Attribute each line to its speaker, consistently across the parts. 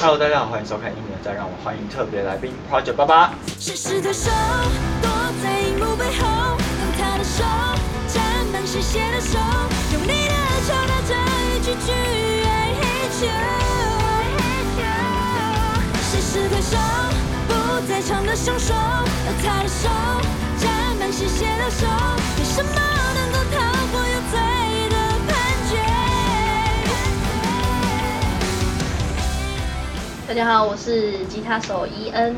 Speaker 1: Hello，大家好，欢迎收看《一年再让我》，欢迎特别来宾 Project 八八。
Speaker 2: 是谁的手躲在荧幕背后，用他的手沾满视线的手，用你的抽打着一句句 I hate you。是谁的手不在场的凶手，用他的手沾满视线的手，有什么能够逃过有罪的判决？
Speaker 3: 大家好，我是吉他手伊恩，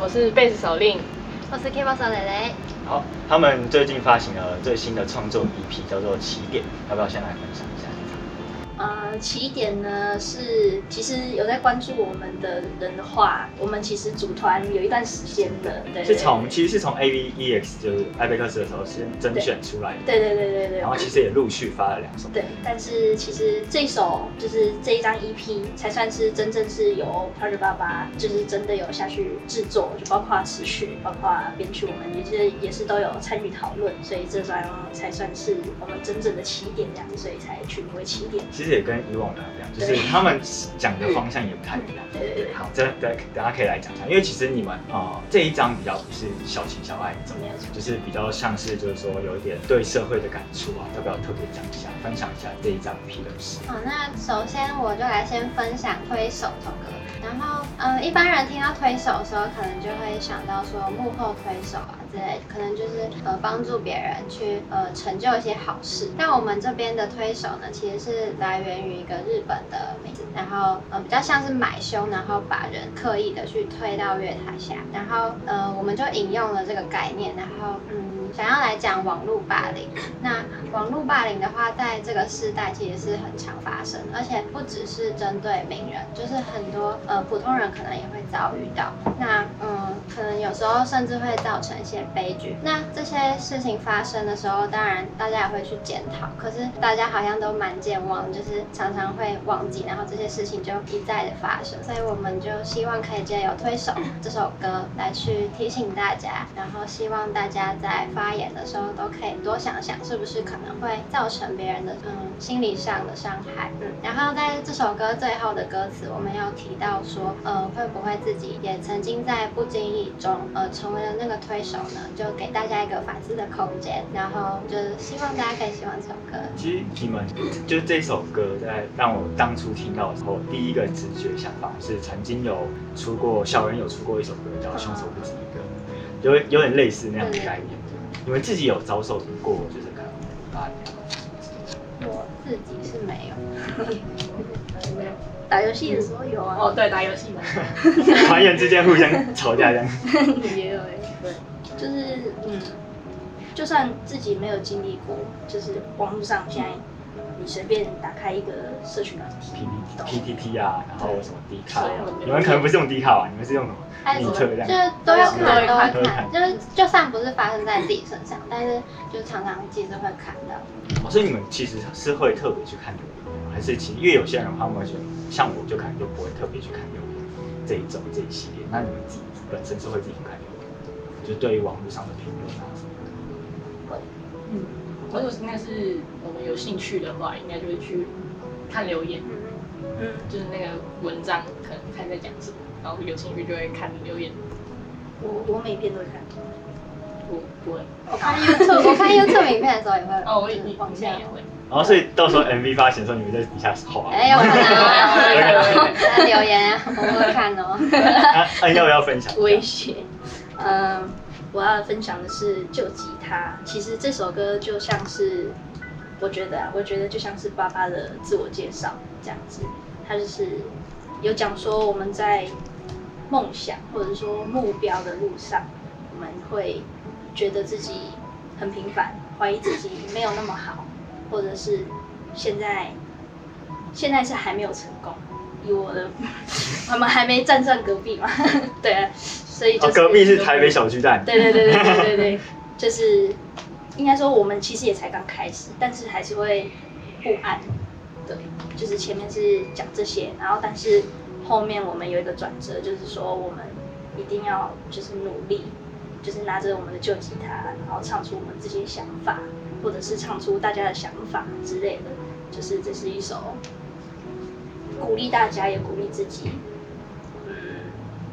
Speaker 4: 我是贝斯手令，
Speaker 3: 我是 K 包手蕾蕾。
Speaker 1: 好，他们最近发行了最新的创作 EP，叫做《起点》，要不要先来分享一下？
Speaker 3: 呃，起点呢是，其实有在关注我们的人的话，我们其实组团有一段时间了，对，
Speaker 1: 是从其实是从 A V E X 就是艾贝克斯的时候先甄选出来的，
Speaker 3: 对对对对对
Speaker 1: 然后其实也陆续发了两首。
Speaker 3: 对，但是其实这首就是这一张 EP 才算是真正是由 Project 爸爸就是真的有下去制作，就包括词曲，包括编曲，我们也是也是都有参与讨论，所以这张才算是我们真正的起点这样子，所以才取名为起点。
Speaker 1: 其实也跟以往的一样，就是
Speaker 3: 对
Speaker 1: 他们讲的方向也不太一样。
Speaker 3: 对对对
Speaker 1: 好，这等等下可以来讲一下，因为其实你们呃这一张比较不是小情小爱这种
Speaker 3: 没有，错
Speaker 1: 就是比较像是就是说有一点对社会的感触啊，要不要特别讲一下，分享一下这一张 P 的事？
Speaker 5: 好，那首先我就来先分享推手这首歌，然后呃，一般人听到推手的时候，可能就会想到说幕后推手啊之类的，可能就是呃帮助别人去呃成就一些好事。但我们这边的推手呢，其实是来源于一个日本的名字，然后呃比较像是买凶，然后把人刻意的去推到月台下，然后呃我们就引用了这个概念，然后嗯想要来讲网络霸凌。那网络霸凌的话，在这个时代其实是很常发生，而且不只是针对名人，就是很多呃普通人可能也会遭遇到。那嗯，可能有时候甚至会造成一些悲剧。那这些事情发生的时候，当然大家也会去检讨，可是大家好像都蛮健忘，就是常常会忘记，然后这些事情就一再的发生。所以我们就希望可以借由推手这首歌来去提醒大家，然后希望大家在发言的时候都可以多想想，是不是可能会造成别人的嗯心理上的伤害。嗯，然后在这首歌最后的歌词，我们有提到说，呃，会不会自己也曾经在不经意中呃成为了那个推手呢？就给大家一个反思的空间，然后就是希望大家可以喜欢这首歌。
Speaker 1: 其实你们就是这首歌，在让我当初听到的时候，第一个直觉想法是曾经有出过校园有出过一首歌叫《凶手不止一个》，有有点类似那样的概念。你们自己有遭受过就是可能霸凌吗？
Speaker 5: 我自己是没有。
Speaker 3: 打游戏的时候有啊，
Speaker 4: 哦，对，打游戏嘛，
Speaker 1: 团员之间 互相吵架这样。
Speaker 3: 也有哎、对，就是嗯，就算自己没有经历过，就是网络上现在你随便打开一个社群软体，
Speaker 1: P
Speaker 3: 都
Speaker 1: P T T 啊，然后什么 D 卡、啊
Speaker 4: 所以我们，
Speaker 1: 你们可能不是用 D 卡吧？你们是用什么？
Speaker 5: 还有
Speaker 1: 米
Speaker 5: 什
Speaker 1: 特
Speaker 5: 么
Speaker 1: 这
Speaker 5: 就
Speaker 1: 样。
Speaker 5: 是都要看，
Speaker 4: 都会
Speaker 5: 都
Speaker 4: 看
Speaker 5: 会看，就是就算不是发生在自己身上，但是就常常其实会看到。
Speaker 1: 哦所以你们其实是会特别去看留言吗，还是其实因为有些人他们会觉得，像我就可能就不会特别去看留言这一种这一系列。那你们自己本身是会自己去看留言吗，就对于网络上的评论啊什么的。
Speaker 4: 嗯，我有应该是我们有兴趣的话，应该就会去看留言，
Speaker 3: 嗯，
Speaker 4: 就是那个文章可能看在讲什么，然后有兴趣就会看留言。
Speaker 3: 我我每篇都会看，
Speaker 4: 不不会，
Speaker 3: 我看
Speaker 5: 我看 YouTube 影片的时候也会
Speaker 4: 哦，我
Speaker 5: 就是
Speaker 4: 以
Speaker 5: 往
Speaker 4: 往
Speaker 5: 下
Speaker 4: 前也。会，
Speaker 1: 然后所以到时候 MV 发行的时候，你们在底下吼啊，
Speaker 5: 哎，有看到
Speaker 4: 哦有有有
Speaker 5: 啊
Speaker 4: 有，
Speaker 5: 在留言啊，我会看哦。
Speaker 1: 啊啊要不要分享？
Speaker 3: 威胁。嗯，我要分享的是旧吉他。其实这首歌就像是，我觉得、啊，我觉得就像是爸爸的自我介绍这样子。他就是有讲说我们在梦想或者说目标的路上，我们会觉得自己很平凡，怀疑自己没有那么好，或者是现在现在是还没有成功。以我的， 我们还没站上隔壁嘛， 对啊，所以就
Speaker 1: 哦，
Speaker 3: 是、
Speaker 1: 隔壁是台北小巨蛋，
Speaker 3: 对对对对对对对，就是应该说我们其实也才刚开始，但是还是会不安。对，就是前面是讲这些，然后但是后面我们有一个转折，就是说我们一定要就是努力，就是拿着我们的旧吉他，然后唱出我们自己的想法，或者是唱出大家的想法之类的。就是这是一首鼓励大家，也鼓励自己嗯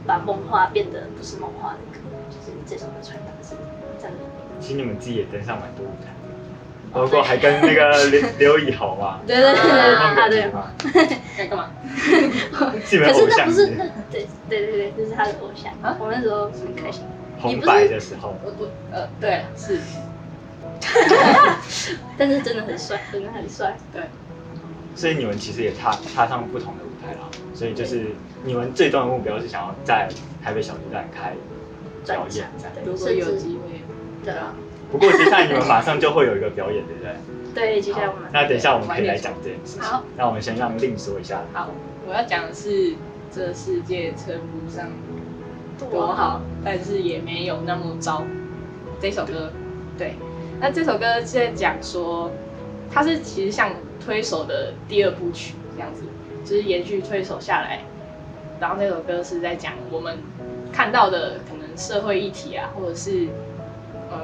Speaker 3: 把梦话变得不是梦话的歌，就是这首歌传达是这样的。
Speaker 1: 其实你们自己也登上蛮多舞台的，包括还跟那个刘刘以 豪嘛，
Speaker 3: 对对对哦啊对对
Speaker 1: 他
Speaker 3: 啊
Speaker 1: 们
Speaker 3: 对
Speaker 1: 感。嘛，
Speaker 4: 在干嘛？
Speaker 1: 是你们
Speaker 3: 可是
Speaker 1: 偶
Speaker 3: 那
Speaker 1: 像
Speaker 3: 不
Speaker 1: 是
Speaker 3: 是
Speaker 1: 不
Speaker 3: 那
Speaker 1: 是
Speaker 3: 对对对对，就是他的偶像。
Speaker 4: 啊
Speaker 3: 我那时候很开心，
Speaker 1: 红白的时候，
Speaker 4: 我我呃，对，是，
Speaker 3: 但是真的很帅，真的很帅。
Speaker 4: 对，
Speaker 1: 所以你们其实也踏踏上不同的舞台啦。所以就是你们最终的目标是想要在台北小巨蛋开表演这样。
Speaker 4: 如果有机会，
Speaker 3: 对啊，
Speaker 1: 不过接下来你们马上就会有一个表演，对不对？
Speaker 3: 对，接下来我们
Speaker 1: 那等一下我们可以来讲这件事情
Speaker 5: 好。
Speaker 1: 那我们先让令说一下，
Speaker 4: 好，我要讲的是这世界称不上多
Speaker 3: 多
Speaker 4: 好
Speaker 3: 好，
Speaker 4: 但是也没有那么糟。这首歌，对，那这首歌是在讲说，它是其实像推手的第二部曲这样子，就是延续推手下来，然后这首歌是在讲我们看到的可能社会议题啊，或者是嗯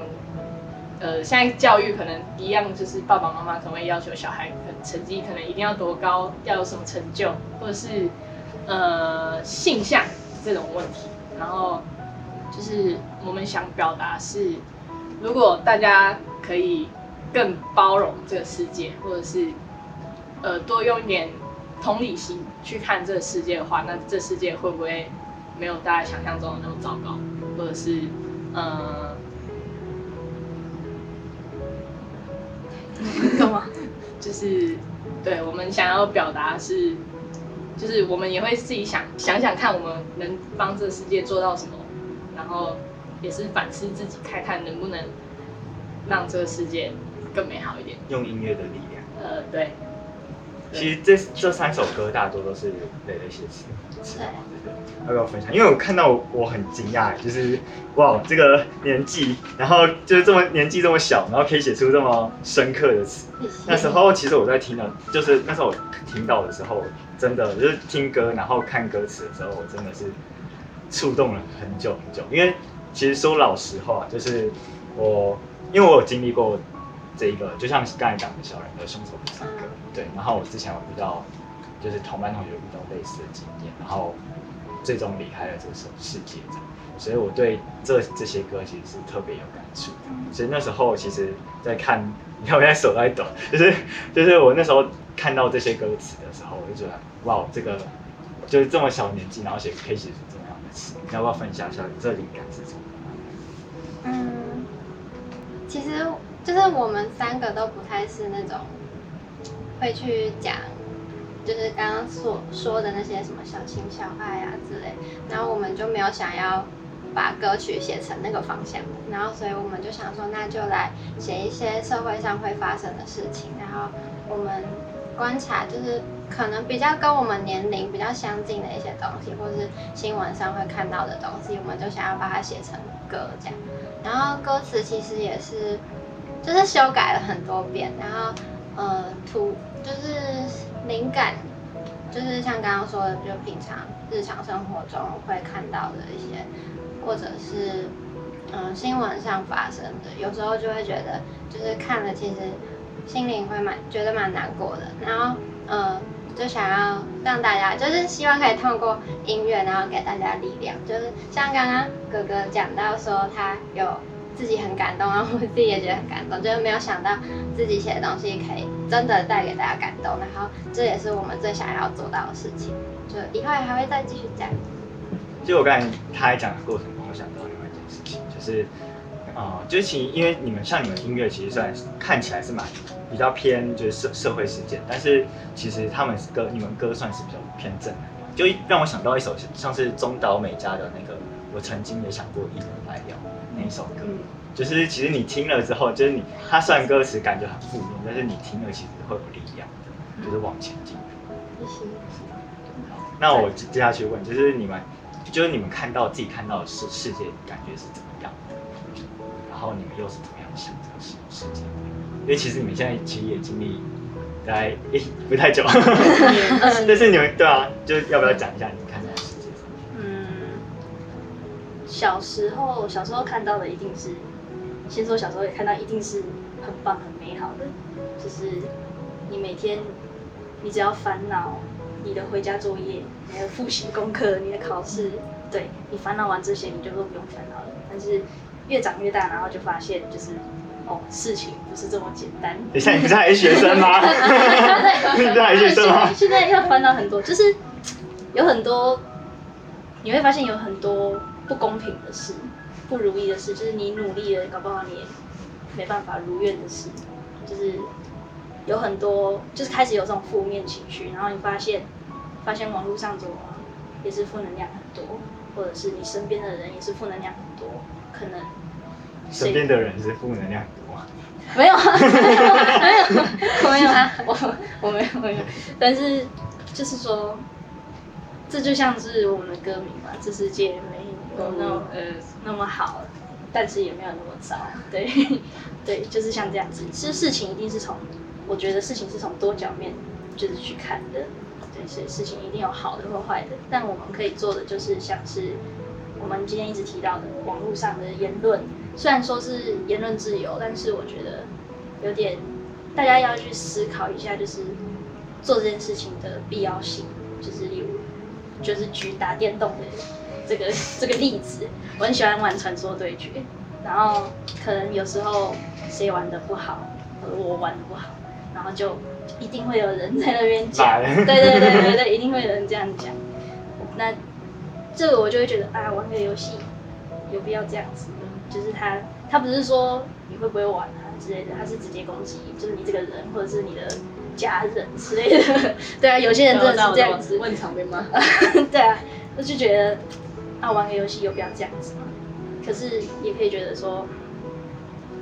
Speaker 4: 呃，现在教育可能一样，就是爸爸妈妈可能会要求小孩可能成绩可能一定要多高，要有什么成就，或者是呃性向这种问题。然后就是我们想表达是，如果大家可以更包容这个世界，或者是呃多用一点同理心去看这个世界的话，那这世界会不会没有大家想象中的那么糟糕，或者是呃。
Speaker 3: 干嘛？
Speaker 4: 就是对我们想要表达是，就是我们也会自己想想想看，我们能帮这个世界做到什么，然后也是反思自己，看看能不能让这个世界更美好一点。
Speaker 1: 用音乐的力量。
Speaker 4: 呃，对，对
Speaker 1: 其实这这三首歌大多都是蕾蕾写词，是吗对对对要不要分享？因为我看到我我很惊讶，就是哇，这个年纪，然后就是这么年纪这么小，然后可以写出这么深刻的词。那时候其实我在听到，就是那时候我听到的时候，真的就是听歌然后看歌词的时候，我真的是触动了很久很久。因为其实说老实话，就是我因为我有经历过这一个，就像刚才讲的小人的凶手不是一个，对。然后我之前有遇到，就是同班同学有遇到类似的经验，然后最终离开了这个世世界这样。所以我对这这些歌其实是特别有感触的。所以那时候其实，在看，你看我现在手在抖， 就是就是我那时候看到这些歌词的时候，我就觉得哇，这个就是这么小年纪，然后写可以写出这么样的词，你要不要分享一下你这灵感是从哪里
Speaker 5: 嗯，其实就是我们三个都不太是那种会去讲，就是刚刚所说的那些什么小情小爱啊之类，然后我们就没有想要把歌曲写成那个方向，然后所以我们就想说，那就来写一些社会上会发生的事情，然后我们观察就是可能比较跟我们年龄比较相近的一些东西，或是新闻上会看到的东西，我们就想要把它写成歌这样。然后歌词其实也是，就是修改了很多遍，然后呃图就是灵感，就是像刚刚说的，就平常日常生活中会看到的一些，或者是嗯、呃新闻上发生的，有时候就会觉得就是看了其实心灵会蛮觉得蛮难过的，然后呃就想要让大家，就是希望可以透过音乐，然后给大家力量。就是像刚刚哥哥讲到说，他有自己很感动，然后我自己也觉得很感动，就是没有想到自己写的东西可以真的带给大家感动，然后这也是我们最想要做到的事情。就以后还会再继续讲。
Speaker 1: 就我刚才他在讲的过程中，我想到另外一件事情，就是，呃，就是其实因为你们像你们音乐，其实虽然看起来是蛮比较偏就是社社会实践，但是其实他们是歌你们歌算是比较偏正的，就让我想到一首像是中岛美嘉的那个《我曾经也想过一人来了》那一首歌，
Speaker 4: 嗯，
Speaker 1: 就是其实你听了之后，就是你它虽然歌词感觉很负面，但是你听了其实会有力量的，就是往前进。
Speaker 5: 一起
Speaker 1: 那我接接下去问，就是你们，就是你们看到自己看到的世世界感觉是怎么样的？然后你们又是怎么样想这个世世界的？因为其实你们现在其实也经历大概诶、不太久， 但是你们对啊，就是要不要讲一下你看到的世界？
Speaker 3: 嗯，小时候小时候看到的一定是，先说小时候也看到一定是很棒很美好的，就是你每天你只要烦恼，你的回家作业、你的复习功课、你的考试，对你烦恼完这些，你就都不用烦恼了。但是越长越大，然后就发现就是哦，事情不是这么简单。
Speaker 1: 等一下，你不是还是学生吗？你不是还是学生吗？
Speaker 3: 现在要烦恼很多，就是有很多你会发现有很多不公平的事、不如意的事，就是你努力了，搞不好你也没办法如愿的事，就是有很多就是开始有这种负面情绪，然后你发现发现网络上怎么也是负能量很多，或者是你身边的人也是负能量很多，可能
Speaker 1: 身边的人是负能量多吗，
Speaker 3: 没有啊，没有，没有， 我我没有我没有，但是就是说，这就像是我们的歌名嘛，这世界没有那么、
Speaker 4: 呃，
Speaker 3: 那么好，但是也没有那么糟，对， 对，就是像这样子。其实事情一定是从，我觉得事情是从多角面就是去看的，对，所以事情一定有好的或坏的，但我们可以做的就是像是我们今天一直提到的网络上的言论，虽然说是言论自由，但是我觉得有点大家要去思考一下，就是做这件事情的必要性，就是例如就是举打电动的这个这个例子，我很喜欢玩传说对决，然后可能有时候谁玩的不好，或者我玩的不好，然后就一定会有人在那边讲，
Speaker 1: 来
Speaker 3: 对对对对对，一定会有人这样讲。那这个我就会觉得啊，玩个游戏有必要这样子吗？就是他他不是说你会不会玩啊之类的，他是直接攻击，就是你这个人或者是你的家人之类的。对啊，有些人真的是这样子。
Speaker 4: 问场被 骂。
Speaker 3: 对啊，我就觉得啊，玩个游戏有必要这样子吗？可是也可以觉得说，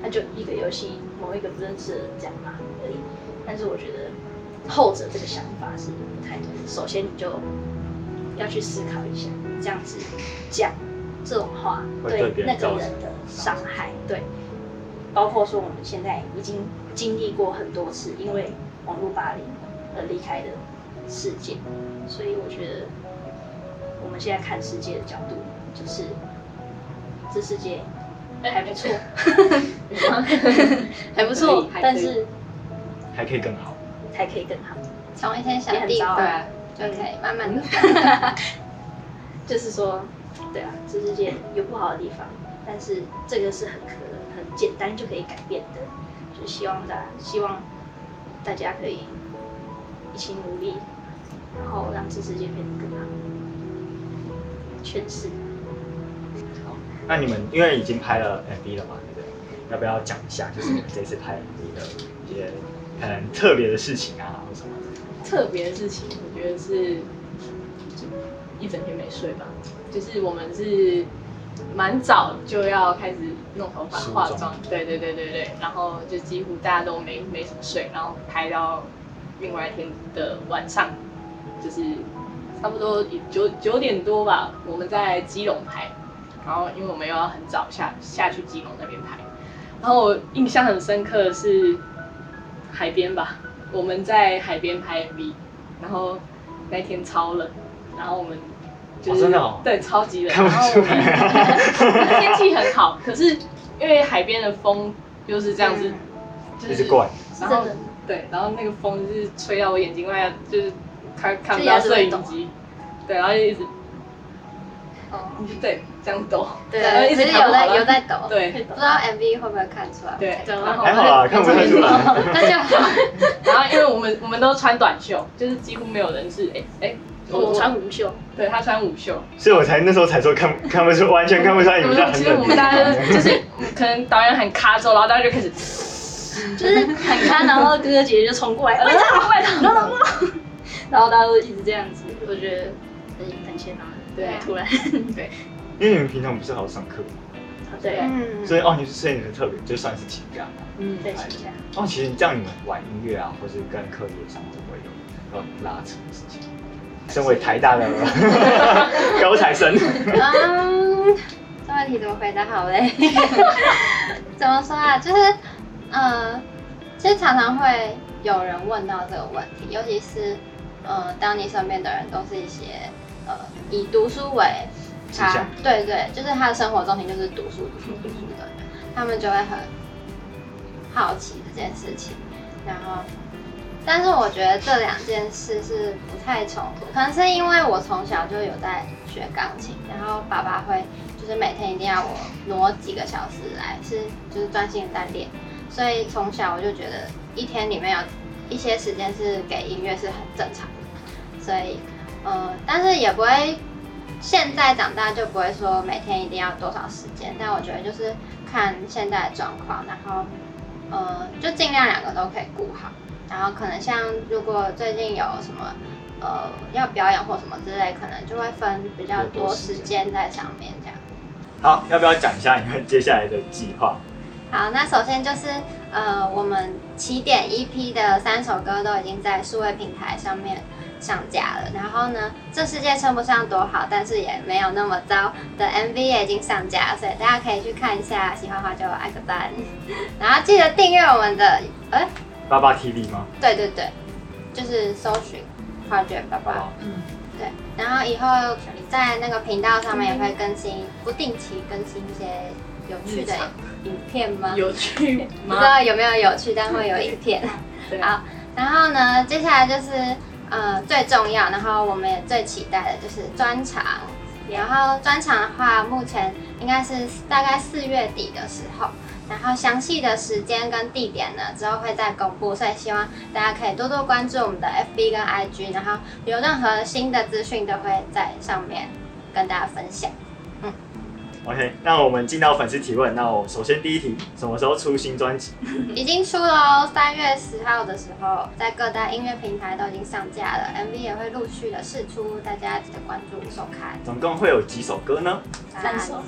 Speaker 3: 那就一个游戏某一个不认识的人这样嘛而已。但是我觉得后者这个想法是不太对的。首先你就要去思考一下，这样子讲这种话
Speaker 1: 会对
Speaker 3: 对
Speaker 1: 别人
Speaker 3: 那个
Speaker 1: 造
Speaker 3: 人
Speaker 1: 成
Speaker 3: 的伤害，对，包括说我们现在已经经历过很多次因为网络霸凌而离开的事件，所以我觉得呃我们现在看世界的角度就是这世界还不 错，还不错，
Speaker 4: 还可以
Speaker 3: 但是
Speaker 1: 还可以更好。
Speaker 3: 还可以更好。
Speaker 5: 从一些小
Speaker 3: 也很
Speaker 5: 地
Speaker 3: 糟
Speaker 5: 方
Speaker 3: 啊
Speaker 4: 啊，
Speaker 5: 就可以慢慢的。
Speaker 3: 就是说，对啊，这世界有不好的地方，但是这个是很可很简单就可以改变的，就希望大家希望大家可以一起努力，然后让这世界变得更好。全是
Speaker 1: 那你们因为已经拍了 MV 了嘛，对不对？要不要讲一下，就是你们这次拍 MV 的一些呃可能特别的事情啊，或什么的？
Speaker 4: 特别的事情，我觉得是就一整天没睡吧。就是我们是蛮早就要开始弄头发、
Speaker 1: 梳妆
Speaker 4: 化妆，对对对对对，然后就几乎大家都没没什么睡，然后拍到另外一天的晚上，就是差不多九九点多吧，我们在基隆拍，然后因为我们又要很早下下去基隆那边拍，然后我印象很深刻的是海边吧，我们在海边拍 MV，然后那天超冷，然后我们就是、
Speaker 1: 哦真的哦
Speaker 4: 对超级冷，
Speaker 1: 看不
Speaker 4: 然后我
Speaker 1: 出
Speaker 4: 们
Speaker 1: 来，
Speaker 4: 天气很好，可是因为海边的风就是这样
Speaker 5: 嗯
Speaker 4: 子，
Speaker 1: 一直怪。
Speaker 4: 然后
Speaker 3: 是真的
Speaker 4: 对，然后那个风就是吹到我眼睛外，就是看看不
Speaker 3: 就牙
Speaker 4: 到
Speaker 3: 齿
Speaker 4: 摄
Speaker 3: 会
Speaker 4: 影机，对，然后就一直
Speaker 5: 哦，
Speaker 4: 对这样抖，然后
Speaker 5: 对，
Speaker 4: 一直
Speaker 5: 只是
Speaker 4: 看
Speaker 5: 有
Speaker 4: 不好
Speaker 5: 在有在抖，
Speaker 4: 对
Speaker 5: 不知道 MV 会不会看出来。
Speaker 4: 对，然
Speaker 5: 哦
Speaker 4: 后
Speaker 1: 还好啦，看不太出来。
Speaker 5: 那就好。
Speaker 4: 然后因为我们我们都穿短袖，就是几乎没有人是哎哎，
Speaker 3: 我穿无袖，
Speaker 4: 对他穿无袖，
Speaker 1: 所以我才那时候才说看看不出，完全看不出来你们家很
Speaker 4: 其实
Speaker 1: 冷
Speaker 4: 我
Speaker 1: 的地
Speaker 4: 们大家就
Speaker 1: 方。
Speaker 4: 就是 可能导演喊咔之后，然后大家就开始
Speaker 3: 就是很干，然后哥哥姐姐就冲过 来，外套外套，然后然后大家都一直这样子，我觉得很很欠他们，
Speaker 4: 对
Speaker 3: 突然，
Speaker 1: 因为你们平常不是好好上课吗，
Speaker 3: 对
Speaker 5: 嗯，
Speaker 1: 所以哦，你是所以你们特别就算是请假。
Speaker 4: 嗯
Speaker 3: 对，请假。
Speaker 1: 哦，其实这样你们玩音乐啊，或是跟课业上会不会有有拉扯的事情？身为台大的高材生，
Speaker 5: 嗯，这问题怎么回答好嘞？ 怎么说啊？就是，呃，其实常常会有人问到这个问题，尤其是，呃，当你身边的人都是一些，呃，以读书为
Speaker 1: 志
Speaker 5: 他
Speaker 1: 向，
Speaker 5: 对对，就是他的生活重心就是读书、读书、读书的人，他们就会很好奇这件事情，然后但是我觉得这两件事是不太冲突，可能是因为我从小就有在学钢琴，然后爸爸会就是每天一定要我挪几个小时来，是就是专心地在练，所以从小我就觉得一天里面有一些时间是给音乐是很正常的，所以呃，但是也不会现在长大就不会说每天一定要多少时间，但我觉得就是看现在的状况，然后呃，就尽量两个都可以顾好。然后可能像如果最近有什么呃要表演或什么之类，可能就会分比较多时间在上面这样。
Speaker 1: 好，要不要讲一下你们接下来的计划？
Speaker 5: 好，那首先就是呃我们起点 EP 的三首歌都已经在数位平台上面。上架了，然后呢，这世界称不上多好，但是也没有那么糟的 MV 也已经上架了，所以大家可以去看一下，喜欢的话就按个赞，然后记得订阅我们的，哎、
Speaker 1: 八八 TV 吗？
Speaker 5: 对对对，就是搜寻发掘爸爸。
Speaker 1: 好
Speaker 4: 嗯，
Speaker 5: 对，然后以后在那个频道上面也会更新，不定期更新一些有趣的
Speaker 4: 日常
Speaker 5: 影片吗？
Speaker 4: 有趣
Speaker 5: 不
Speaker 4: 吗
Speaker 5: 知？道有没有有趣，但会有影片。
Speaker 4: 对啊
Speaker 5: 好然后呢，接下来就是呃最重要，然后我们也最期待的就是专场。然后专场的话，目前应该是大概四月底的时候，然后详细的时间跟地点呢之后会再公布，所以希望大家可以多多关注我们的 FB 跟 IG，然后有任何新的资讯都会在上面跟大家分享。
Speaker 1: OK，那我们进到粉丝提问。那我首先第一题，什么时候出新专辑？
Speaker 5: 已经出了哦，三月十号的时候，在各大音乐平台都已经上架了，MV 也会陆续的试出，大家记得关注收看。
Speaker 1: 总共会有几首歌呢？
Speaker 3: 三首。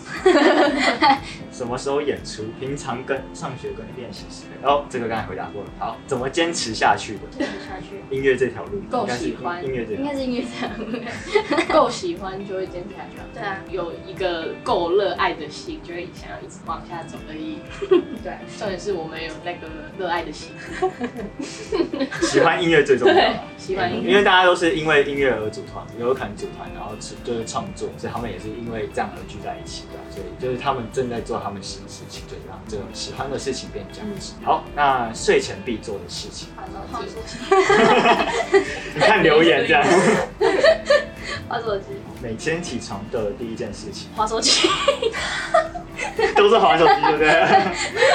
Speaker 1: 什么时候演出？平常跟上学跟练习时间。哦，这个刚才回答过了。好，怎么坚持下去的？
Speaker 3: 对，下去。
Speaker 1: 音乐这条路，
Speaker 4: 够
Speaker 1: 应该是
Speaker 4: 喜欢
Speaker 1: 音乐这
Speaker 3: 应
Speaker 1: 条。
Speaker 3: 该是音乐这样。
Speaker 4: 够喜欢就会坚持下去啊。
Speaker 5: 对啊，
Speaker 4: 有一个够热爱的心，就会想要一直往下走的意义。 对，重点是我们有那个热爱的心，
Speaker 1: 喜欢音乐最重要
Speaker 4: 对
Speaker 1: 啊。，
Speaker 4: 喜欢音
Speaker 1: 因
Speaker 4: 乐，
Speaker 1: 为大家都是因为音乐而组团，有可能组团，然后是就是创作，所以他们也是因为这样而聚在一起的，所以就是他们正在做他们喜欢的事情，就是让这种喜欢的事情变价值。
Speaker 4: 嗯
Speaker 1: 好，那睡前必做的事情，
Speaker 5: 划手机，
Speaker 1: 你看留言这样，
Speaker 3: 划手机，
Speaker 1: 每天起床的第一件事情
Speaker 3: 划手机，
Speaker 1: 都是滑手机，对不对？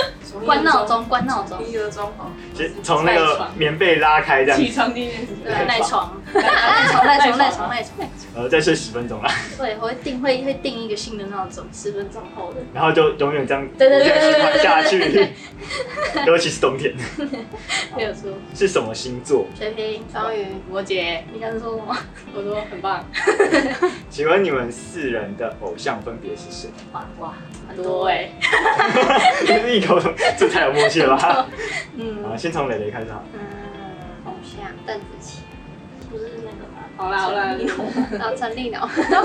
Speaker 3: 关闹，钟，关闹钟，
Speaker 4: 一个装潢，
Speaker 1: 先从那个棉被拉开这样
Speaker 4: 起
Speaker 1: 子，
Speaker 4: 床第一件事，
Speaker 3: 对，赖，床，
Speaker 4: 赖
Speaker 3: 赖床，赖床，赖床，赖床。
Speaker 1: 呃，再睡十分钟啦，
Speaker 3: 对，我会定会会定一个新的闹钟，十分钟后的。
Speaker 1: 然后就永远这样
Speaker 3: 对对对对
Speaker 1: 循
Speaker 3: 对
Speaker 1: 环
Speaker 3: 对
Speaker 1: 下
Speaker 3: 对对
Speaker 1: 去， 尤其是冬天，
Speaker 3: 对，没有错。
Speaker 1: 是什么星座？
Speaker 3: 水瓶，
Speaker 5: 双鱼，
Speaker 4: 我姐，
Speaker 3: 你刚才说什么？
Speaker 4: 我说很棒，
Speaker 1: 请问你们四人的偶像分别是谁？
Speaker 3: 哇哇，很
Speaker 4: 多
Speaker 3: 多
Speaker 4: 哎、
Speaker 3: 哎。
Speaker 1: 就是一口同，这太有默契了 吧？
Speaker 3: 嗯，
Speaker 1: 啊，先从蕾蕾开始好。
Speaker 5: 嗯，偶像邓紫棋，
Speaker 3: 不是那个吧？
Speaker 4: 好啦好 啦，
Speaker 5: 然后陈立 农都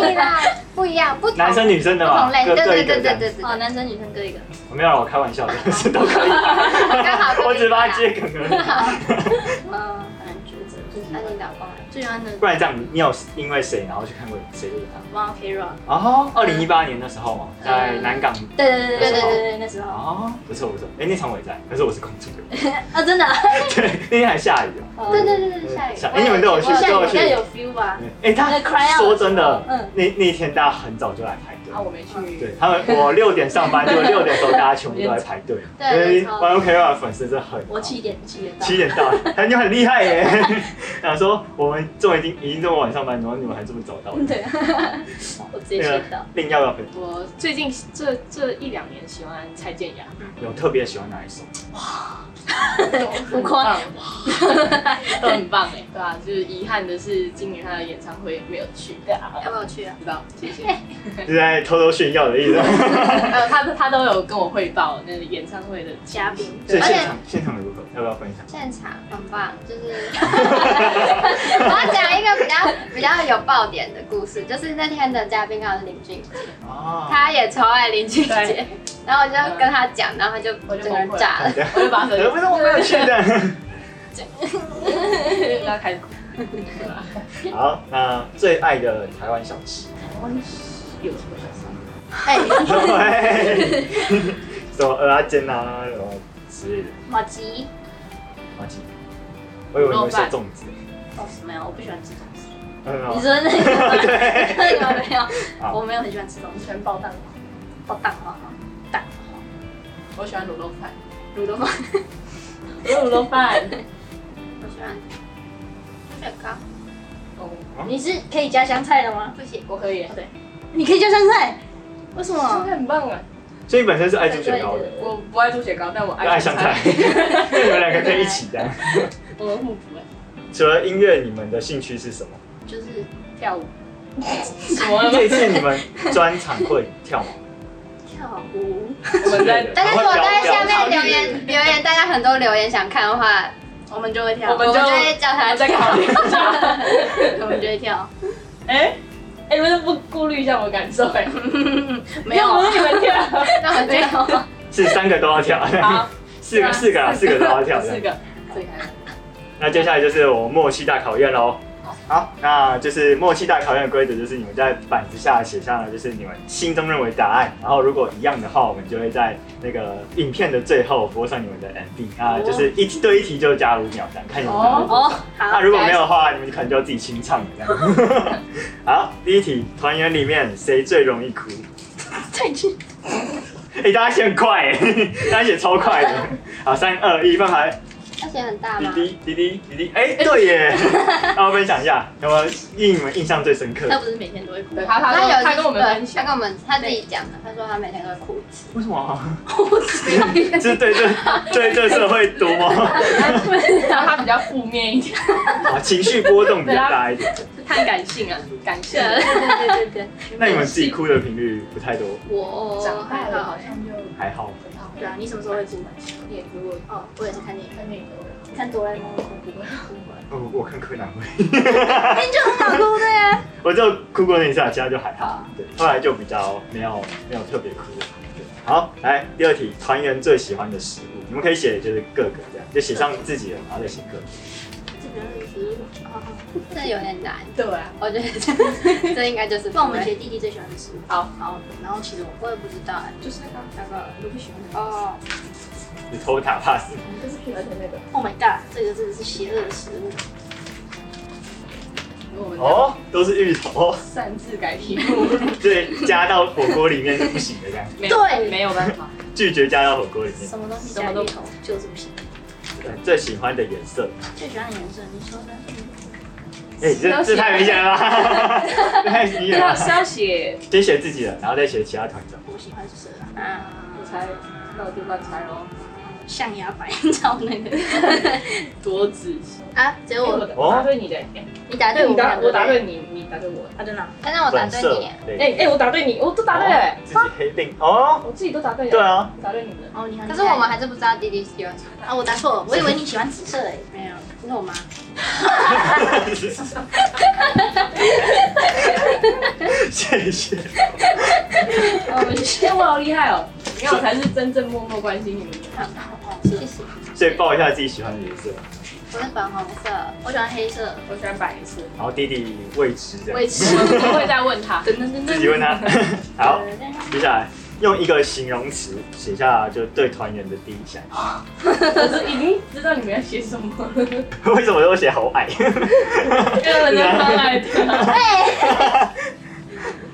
Speaker 5: 可以啦，不一样，不同
Speaker 1: 男生女生
Speaker 5: 不
Speaker 1: 的嘛，
Speaker 5: 同类，对
Speaker 1: 各各
Speaker 5: 对
Speaker 1: 一个
Speaker 5: 对
Speaker 1: 这
Speaker 5: 对
Speaker 1: 样。
Speaker 5: 对对，
Speaker 3: 哦，男生女生各一个。
Speaker 1: 我没有啦，我开玩笑的，是都可以啊。
Speaker 5: 刚好
Speaker 1: 我只帮他接梗而已。
Speaker 3: 嗯，很难抉择，就是
Speaker 5: 那你老公嘞？
Speaker 3: 最喜欢的
Speaker 1: 不然这样，你有因为谁然后去看过谁的演唱会？
Speaker 3: One Ok Rock。嗯
Speaker 1: 哦，二零一八年的时候嘛，在南港。
Speaker 3: 对对对对对对对，那时候
Speaker 1: 哦，不错不错，哎，那场我也在，可是我是工作人员。
Speaker 3: 啊，真的啊。
Speaker 1: 对，那天还下雨啊。
Speaker 5: 对对对对，下雨
Speaker 1: 下。哎，你们都有去，
Speaker 5: 我
Speaker 1: 都
Speaker 3: 哦下
Speaker 1: 有
Speaker 3: 雨比较
Speaker 1: 去。
Speaker 3: 有 feel 吧？
Speaker 1: 哎，他
Speaker 3: 那个 cry out
Speaker 1: 说真的
Speaker 3: 的时候嗯，
Speaker 1: 那那一天大家很早就来排队
Speaker 4: 啊。我没去，
Speaker 1: 对他们，我六点上班，就六点的时候大家全部都在排队，哎因
Speaker 5: 对
Speaker 1: 为
Speaker 5: 超
Speaker 1: Y O K R 粉丝真的很高，
Speaker 3: 我七点七点到
Speaker 1: 七。点到，他就很厉害耶。想说我们这么已经已经这么晚上班，然后你们还这么早到，
Speaker 3: 对，我直接
Speaker 1: 那个
Speaker 3: 先到。
Speaker 1: 另要不要分
Speaker 4: 我最近这这一两年喜欢蔡健 雅，
Speaker 1: 有特别喜欢哪一首？
Speaker 4: 浮夸， 都很棒哎，对啊，就是遗憾的是今年他的演唱会没有去，对啊，
Speaker 5: 要不要去啊？
Speaker 4: 知道，谢 谢。
Speaker 1: 是在偷偷炫耀的意思吗。
Speaker 4: 还有他他都有跟我汇报那个演唱会的嘉宾，
Speaker 1: 所
Speaker 4: 对
Speaker 1: 以，
Speaker 5: 而且
Speaker 1: 现场现场如何？要不要分享？
Speaker 5: 现场很棒，就是 我要讲一个比较比较有爆点的故事，就是那天的嘉宾刚好是林俊杰，
Speaker 1: 哦，
Speaker 5: 他也超爱林俊杰
Speaker 4: 对，
Speaker 5: 然后我就跟他讲，然后他就
Speaker 4: 我
Speaker 5: 整
Speaker 4: 就
Speaker 5: 个人
Speaker 4: 崩溃
Speaker 5: 炸 了。
Speaker 4: 我就把手
Speaker 1: 呃不
Speaker 4: 机
Speaker 1: 是我没有去的。
Speaker 4: 拉呃开始哭，
Speaker 1: 好，那最爱的台湾小吃。
Speaker 4: 有什么想说
Speaker 5: 哎，
Speaker 1: 对什么蚵仔煎啊，什么之类的。
Speaker 3: 马吉，
Speaker 1: 马吉，我以为你会说粽子，啊
Speaker 3: 哦，没有，我不喜欢吃粽子。
Speaker 1: 没有没有
Speaker 3: 你说那个
Speaker 1: 对，
Speaker 3: 那个没有，
Speaker 1: 好
Speaker 3: 我没有很喜欢吃粽子，
Speaker 4: 全爆蛋黄。
Speaker 3: 哦，蛋黄，蛋黄，
Speaker 4: 我喜欢卤肉饭，
Speaker 3: 卤肉饭，
Speaker 4: 我有卤肉饭。
Speaker 5: 我喜欢雪糕，
Speaker 4: 哦，
Speaker 3: 你是可以加香菜的吗？
Speaker 5: 不行，
Speaker 4: 我可以耶，
Speaker 3: 你可以加香菜，为什
Speaker 4: 香
Speaker 3: 么？
Speaker 4: 菜很棒啊！
Speaker 1: 所以你本身是爱吃雪糕的，
Speaker 4: 我不爱做雪糕，但我
Speaker 1: 又爱
Speaker 4: 爱
Speaker 1: 香
Speaker 4: 香
Speaker 1: 菜， 那你们两个可以一起这样。
Speaker 4: 我们互补哎，
Speaker 1: 除了音乐，你们的兴趣是什么？
Speaker 3: 就是
Speaker 4: 跳舞。什么？
Speaker 1: 这一次你们专场会跳吗？
Speaker 3: 跳舞，
Speaker 4: 我们在，
Speaker 5: 大家如果在下面留言留言，大家很多留言想看的话，
Speaker 3: 我们就会跳，
Speaker 4: 我
Speaker 3: 我们
Speaker 4: 们就
Speaker 5: 我会叫
Speaker 4: 我
Speaker 5: 他
Speaker 4: 们在考虑一下。
Speaker 3: 我们就会 跳，
Speaker 4: 哎哎，你们都不顾虑一下我的感受 哎？
Speaker 3: 没有
Speaker 4: 要不
Speaker 3: 啊，
Speaker 4: 是你们 跳。
Speaker 5: 那我
Speaker 3: 没
Speaker 5: 就
Speaker 3: 有啊，
Speaker 1: 是三个都要跳，
Speaker 4: 好，
Speaker 1: 四个四个啊四个都要跳，
Speaker 4: 四个。
Speaker 3: 这个
Speaker 1: 那接下来就是我默契大考验喽。好，那就是默契大考验的规则，就是你们在板子下写上了，就是你们心中认为答案，然后如果一样的话，我们就会在那个影片的最后播上你们的 MV 啊，就是一题对一题就加五秒这样，看你们答案。
Speaker 3: 哦，
Speaker 1: 那
Speaker 3: 好，
Speaker 1: 如果没有的话，你们可能就自己清唱了这 样。好，第一题，团员里面谁最容易哭？
Speaker 3: 再见。
Speaker 1: 哎、大家写很快哎、大家写超快的。好，三二一，翻牌。
Speaker 5: 而且很大
Speaker 1: 滴
Speaker 5: 吗？
Speaker 1: 滴滴滴滴滴，哎、对耶！那我分享一下，有没有令你们印象最深刻？
Speaker 3: 他不是每天都会哭
Speaker 4: 对，他他
Speaker 5: 有
Speaker 4: 他跟我们分
Speaker 5: 对他
Speaker 4: 享，
Speaker 5: 跟我们他自己讲的，他说他每天都会哭一次。
Speaker 1: 为什么、啊？ 这对这对这社会多么
Speaker 4: 然后他比较负面一点，
Speaker 1: 啊，情绪波动比较大一点。
Speaker 4: 看感性啊，感性
Speaker 3: 对。对对对对，
Speaker 1: 那你们自己哭的频率不太多，
Speaker 3: 我
Speaker 4: 长大
Speaker 3: 还
Speaker 4: 了
Speaker 3: 好
Speaker 4: 好，像就
Speaker 1: 还好。
Speaker 4: 很好
Speaker 3: 对啊，你什么时候会哭？
Speaker 4: 也如果
Speaker 3: 哦，我也是看电影，
Speaker 4: 看电影都会
Speaker 3: 看哆啦 A 梦哭哭哭，
Speaker 1: 我哦我看柯南会，
Speaker 3: 那就很好哭的呀。
Speaker 1: 我就哭过那一下，其他就还好。
Speaker 3: 好，
Speaker 1: 对，后来就比较没有没有特别哭的。对好，来第二题，团员最喜欢的食物，你们可以写就是各个这样，就写上自己的，然后再写各个。
Speaker 3: 这个是食物。好好，
Speaker 5: 这有点难，
Speaker 4: 对啊，
Speaker 5: 我觉得这这应该就是。
Speaker 3: 那我们写弟弟最喜欢的食物。
Speaker 4: 好
Speaker 3: 好，然后其实我
Speaker 5: 我也不知道哎，
Speaker 4: 就是那个
Speaker 5: 那个
Speaker 4: 我不喜欢的，
Speaker 5: 哦，
Speaker 1: 你偷塔 pass，
Speaker 4: 就是喜欢的那个。
Speaker 3: Oh my god，这个真的是邪恶的食物。
Speaker 4: 如果我们
Speaker 1: 哦，都是芋头。
Speaker 4: 擅自改题 目，
Speaker 1: 对，加到火锅里面是不行的，这样
Speaker 4: 没有
Speaker 3: 对
Speaker 4: 没有办 法。
Speaker 1: 拒绝加到火锅里面。
Speaker 3: 什么东西
Speaker 4: 什
Speaker 3: 加
Speaker 4: 么都
Speaker 3: 芋头就是不行。
Speaker 1: 最喜欢的颜色，
Speaker 3: 最喜欢的颜色，你说呢？
Speaker 1: 哎、这这太明显了吧，这太明显
Speaker 4: 要
Speaker 1: 了
Speaker 4: 是
Speaker 1: 吧。
Speaker 4: 要写，
Speaker 1: 先写自己的，然后再写其他团长。
Speaker 3: 我喜欢蛇啊，
Speaker 4: 我猜，那我就乱猜喽。
Speaker 3: 象牙白照那个
Speaker 4: 多子，
Speaker 3: 啊，只有我，
Speaker 1: 哦
Speaker 4: 我答对你的，
Speaker 3: 你答对我，
Speaker 4: 你答我答
Speaker 3: 对
Speaker 4: 对你，你答对我。
Speaker 3: 不对，啊真的啊，
Speaker 5: 但是我答
Speaker 1: 粉
Speaker 5: 对
Speaker 1: 色
Speaker 5: 你，
Speaker 1: 对，
Speaker 4: 哎哎，我答对你，我都答对
Speaker 1: 哦
Speaker 4: 了，
Speaker 1: 自己黑定哦，
Speaker 4: 我自己都答对了。
Speaker 1: 对，啊，
Speaker 4: 答对你的。
Speaker 3: 哦你很厉害，
Speaker 5: 可是我们还是不知道弟弟喜欢什么。
Speaker 3: 啊我答错了，我以为你喜欢紫色诶，没有，这是我妈。
Speaker 1: 谢谢。
Speaker 4: 哦，我好厉害哦！你看我才是真正默默关心你们的。
Speaker 5: 谢谢，
Speaker 1: 所以报一下自己喜欢的颜色，
Speaker 5: 我是粉红色。
Speaker 3: 我喜欢黑色，
Speaker 4: 我喜欢白色，
Speaker 1: 然后弟弟未知这
Speaker 4: 我也
Speaker 1: 样，
Speaker 4: 是，我会再问他。
Speaker 3: 噔噔噔
Speaker 1: 自己问他。好，
Speaker 3: 噔
Speaker 1: 接下来用一个形容词写下就对团员的第一想法。
Speaker 4: 我是已经知道你们要写什么了，因
Speaker 1: 为什么都写好矮？
Speaker 4: 为我在发来的。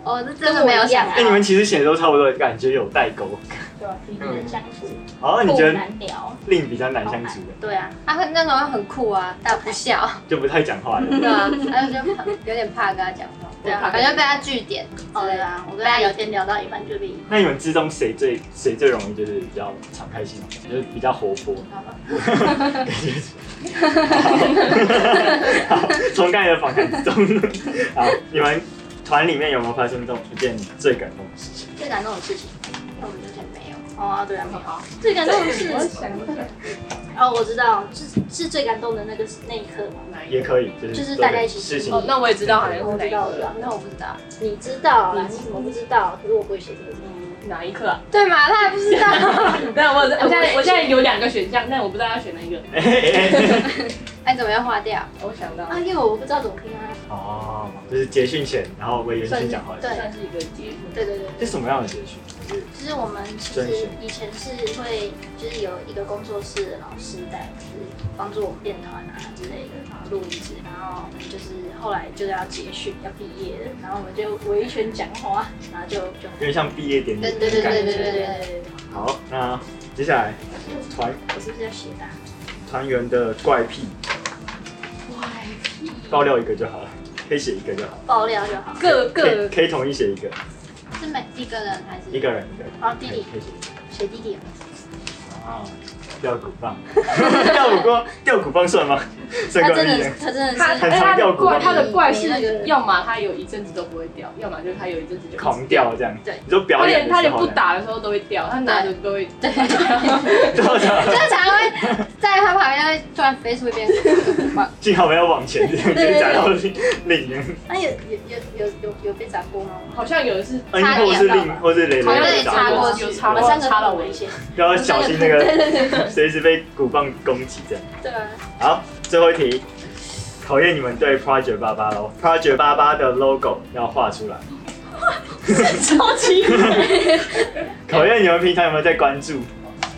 Speaker 5: 哦，这真的没有想
Speaker 1: 哎、你们其实写的都差不多，感觉有代沟。
Speaker 3: 对吧？弟弟很相处，
Speaker 1: 哦，你
Speaker 3: 不
Speaker 1: 觉得
Speaker 3: 难聊，
Speaker 1: 令比较难相处的，
Speaker 3: 对啊，
Speaker 5: 他会那种很酷啊，但不笑，
Speaker 1: 就不太讲话的。
Speaker 5: 对啊，他就有点怕跟他讲话，
Speaker 4: 对啊
Speaker 5: 感觉被他据点。
Speaker 3: 哦对啊，我跟他聊天聊到一半就被
Speaker 1: 那你们之中谁最谁最容易就是比较敞开心扉，就是比较活泼？
Speaker 5: 好吧
Speaker 1: 好，从刚才的访谈之中，好，你们团里面有没有发生这种一件最感动的事情？
Speaker 3: 最感动的事情。
Speaker 5: 那我们之前没有。
Speaker 3: 哦啊对啊，没有
Speaker 4: 好，
Speaker 3: 最感动的
Speaker 4: 我
Speaker 3: 是
Speaker 4: 想不起来
Speaker 3: 哦，我知道，是是最感动的那个那一刻吗？
Speaker 4: 哪一
Speaker 1: 也
Speaker 4: 个。
Speaker 1: 可以，就是
Speaker 3: 就是大家一起
Speaker 1: 事情
Speaker 4: 哦，那我也知道好像是
Speaker 3: 我
Speaker 4: 哪一
Speaker 3: 知道，我知道
Speaker 4: 个。，
Speaker 5: 那我不知道，
Speaker 3: 你知道啦，你怎么不知道？可是我不会写这个字。
Speaker 4: 哪一刻啊？
Speaker 5: 对嘛？他还不知道，
Speaker 4: 但我我现在我现在有两个选项，但我不知道要选哪一个。
Speaker 1: 哎哎哎
Speaker 5: 哎，怎么又划掉？
Speaker 4: 我想到
Speaker 3: 啊，因为我不知道怎么拼啊。
Speaker 1: 哦，就是结训前，然后为元
Speaker 3: 算
Speaker 1: 勋
Speaker 3: 是
Speaker 1: 讲话。
Speaker 3: 对
Speaker 4: 算是一个结束。
Speaker 3: 对对对对
Speaker 1: 是什么样的结训？就是
Speaker 3: 就是我们其
Speaker 1: 专
Speaker 3: 实
Speaker 1: 训
Speaker 3: 以前是会，就是有一个工作室的老师在，就是帮助我们练团啊之类的，然后录音之类的，然后我们就是后来就是要结训，要毕业了，然后我们就围一圈讲话，然后就就
Speaker 1: 有点像毕业典礼
Speaker 5: 对
Speaker 1: 的
Speaker 5: 对对
Speaker 1: 感
Speaker 5: 对
Speaker 1: 觉。
Speaker 5: 对对对。
Speaker 3: 对，
Speaker 1: 好，那接下来团
Speaker 3: 我是不是要写答案？
Speaker 1: 团员的怪癖
Speaker 4: 怪癖，
Speaker 1: 爆料一个就好了，可以写一个就好。
Speaker 3: 爆料就好。
Speaker 4: 各
Speaker 1: 可以
Speaker 4: 各
Speaker 1: 可以统一写一个，
Speaker 5: 是每一个人还是
Speaker 1: 一个人一个人。
Speaker 3: 然后弟
Speaker 1: 可以
Speaker 3: 弟，
Speaker 1: 可以写一个
Speaker 3: 写弟弟，
Speaker 1: 啊，吊骨棒， 吊骨棒，吊骨棒算吗？算
Speaker 3: 他
Speaker 1: 怪
Speaker 3: 真
Speaker 1: 癖
Speaker 3: 的
Speaker 1: 耶。
Speaker 3: 他真
Speaker 4: 他
Speaker 3: 的是
Speaker 1: 很常
Speaker 4: 他
Speaker 1: 掉
Speaker 4: 的
Speaker 1: 骨啊
Speaker 4: 怪他的怪
Speaker 3: 你那个
Speaker 4: 是，要么他有一阵子都不会掉，要么就是他有一阵子就一直
Speaker 1: 狂掉这样，
Speaker 3: 对
Speaker 1: 你说
Speaker 4: 他
Speaker 1: 表演
Speaker 4: 连
Speaker 1: 的
Speaker 4: 他
Speaker 1: 时
Speaker 4: 连
Speaker 1: 候
Speaker 4: 不
Speaker 1: 呢，
Speaker 4: 打的时候都会掉，他拿着都会掉。
Speaker 1: 多
Speaker 5: 就
Speaker 1: 少
Speaker 5: 是常常会在他旁边会突然飞出一边 很棒，
Speaker 1: 幸好没有往前这样，直接砸到另另一边，
Speaker 3: 他有有有有有有被砸过吗？
Speaker 4: 好像有一次，
Speaker 1: 嗯，
Speaker 5: 差点
Speaker 1: 或是
Speaker 5: 到
Speaker 1: 另
Speaker 5: 吧
Speaker 1: 或是雷
Speaker 4: 好像
Speaker 1: 雷
Speaker 5: 有
Speaker 1: 砸
Speaker 5: 擦
Speaker 1: 过，
Speaker 5: 过
Speaker 4: 有
Speaker 5: 去
Speaker 4: 擦
Speaker 3: 我
Speaker 4: 过
Speaker 3: 们三个
Speaker 4: 擦到
Speaker 3: 很
Speaker 4: 我
Speaker 3: 危。险。
Speaker 1: 要小心那个随时被骨棒攻击这样。
Speaker 3: 对啊，
Speaker 1: 好，最后一题，考验你们对 Project 八八喽。Project 八八的 logo 要画出来，
Speaker 4: 超级。
Speaker 1: 考验你们平常有没有在关注。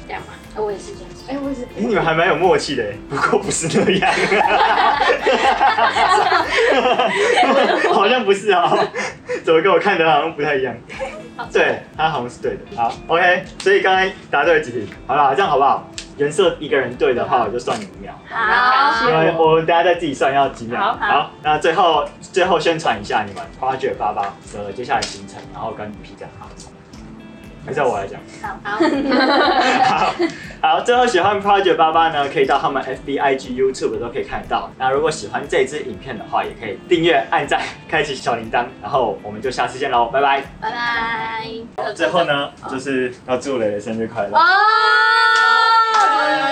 Speaker 3: 这样嘛，
Speaker 5: 啊
Speaker 3: 我也是这样子。
Speaker 4: 哎，我也是。
Speaker 1: 哎、你们还蛮有默契的，不过不是那样， 好像不是啊、怎么跟我看的好像不太一样？对，他好像是对的。好，OK，所以刚才答对了几题，好啦，这样好不好？颜色一个人对的话，我就算你五秒。
Speaker 3: 好，
Speaker 1: 因为我们大家再自己算要几秒。
Speaker 4: 好
Speaker 1: 那最后最后宣传一下你们花卷爸爸的接下来行程，然后跟披萨。好，还是要我来讲。
Speaker 5: 好，
Speaker 1: 好，好，最后喜欢 Project 八八呢，可以到他们 FB、IG、YouTube 都可以看得到。那如果喜欢这支影片的话，也可以订阅、按赞、开启小铃铛，然后我们就下次见喽，拜拜。
Speaker 3: 拜拜。
Speaker 1: 最后呢，就是要祝蕾蕾生日快乐。
Speaker 3: 哦，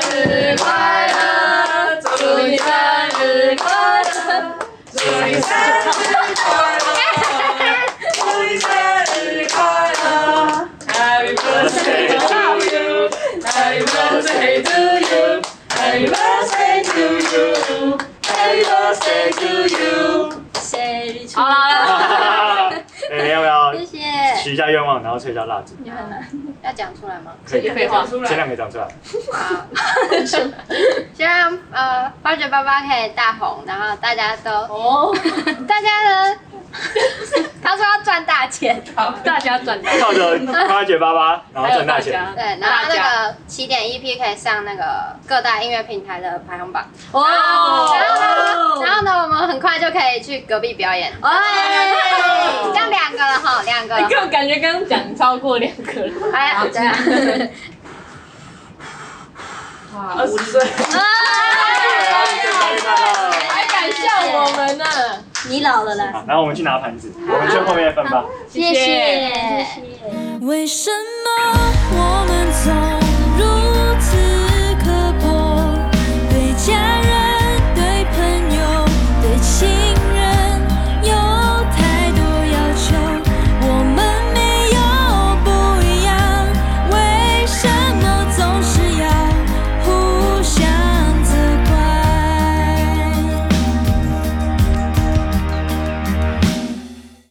Speaker 3: 生日快乐，祝你生日快乐，
Speaker 1: 祝你生日快乐！祝你生日快乐！Happy birthday！
Speaker 3: 生日
Speaker 4: 好
Speaker 3: 快
Speaker 4: 啦，
Speaker 1: 哎，要不要
Speaker 5: 谢谢。
Speaker 1: 许一下愿望，然后吹一下蜡烛？
Speaker 5: 要讲出来吗？
Speaker 1: 可以，
Speaker 4: 废话出
Speaker 1: 前
Speaker 4: 来。
Speaker 1: 两个讲出来。
Speaker 5: 好，希望呃八九八八可以大红，然后大家都
Speaker 4: 哦，
Speaker 5: 大家呢， 他说要赚大钱，
Speaker 4: 好，大家转 达。
Speaker 1: 靠着八九八八，然后赚大钱。
Speaker 5: 对，然后那个起点 EP 可以上那个各大音乐平台的排行榜，
Speaker 3: 哦，
Speaker 5: 然后呢，我们很快就可以去隔壁表演，这样两个了哈，两个
Speaker 4: 哎，
Speaker 5: 了，
Speaker 4: 我感觉刚刚讲超过两个了。
Speaker 5: 哎呀，这样，
Speaker 4: 哇，二十岁
Speaker 1: 生日快乐
Speaker 4: 还敢笑我们呢？
Speaker 3: 你老了啦，
Speaker 1: 好然后我们去拿盘子，我们去后面的饭吧。
Speaker 5: 谢谢。
Speaker 3: 谢谢。
Speaker 2: 为什么我们总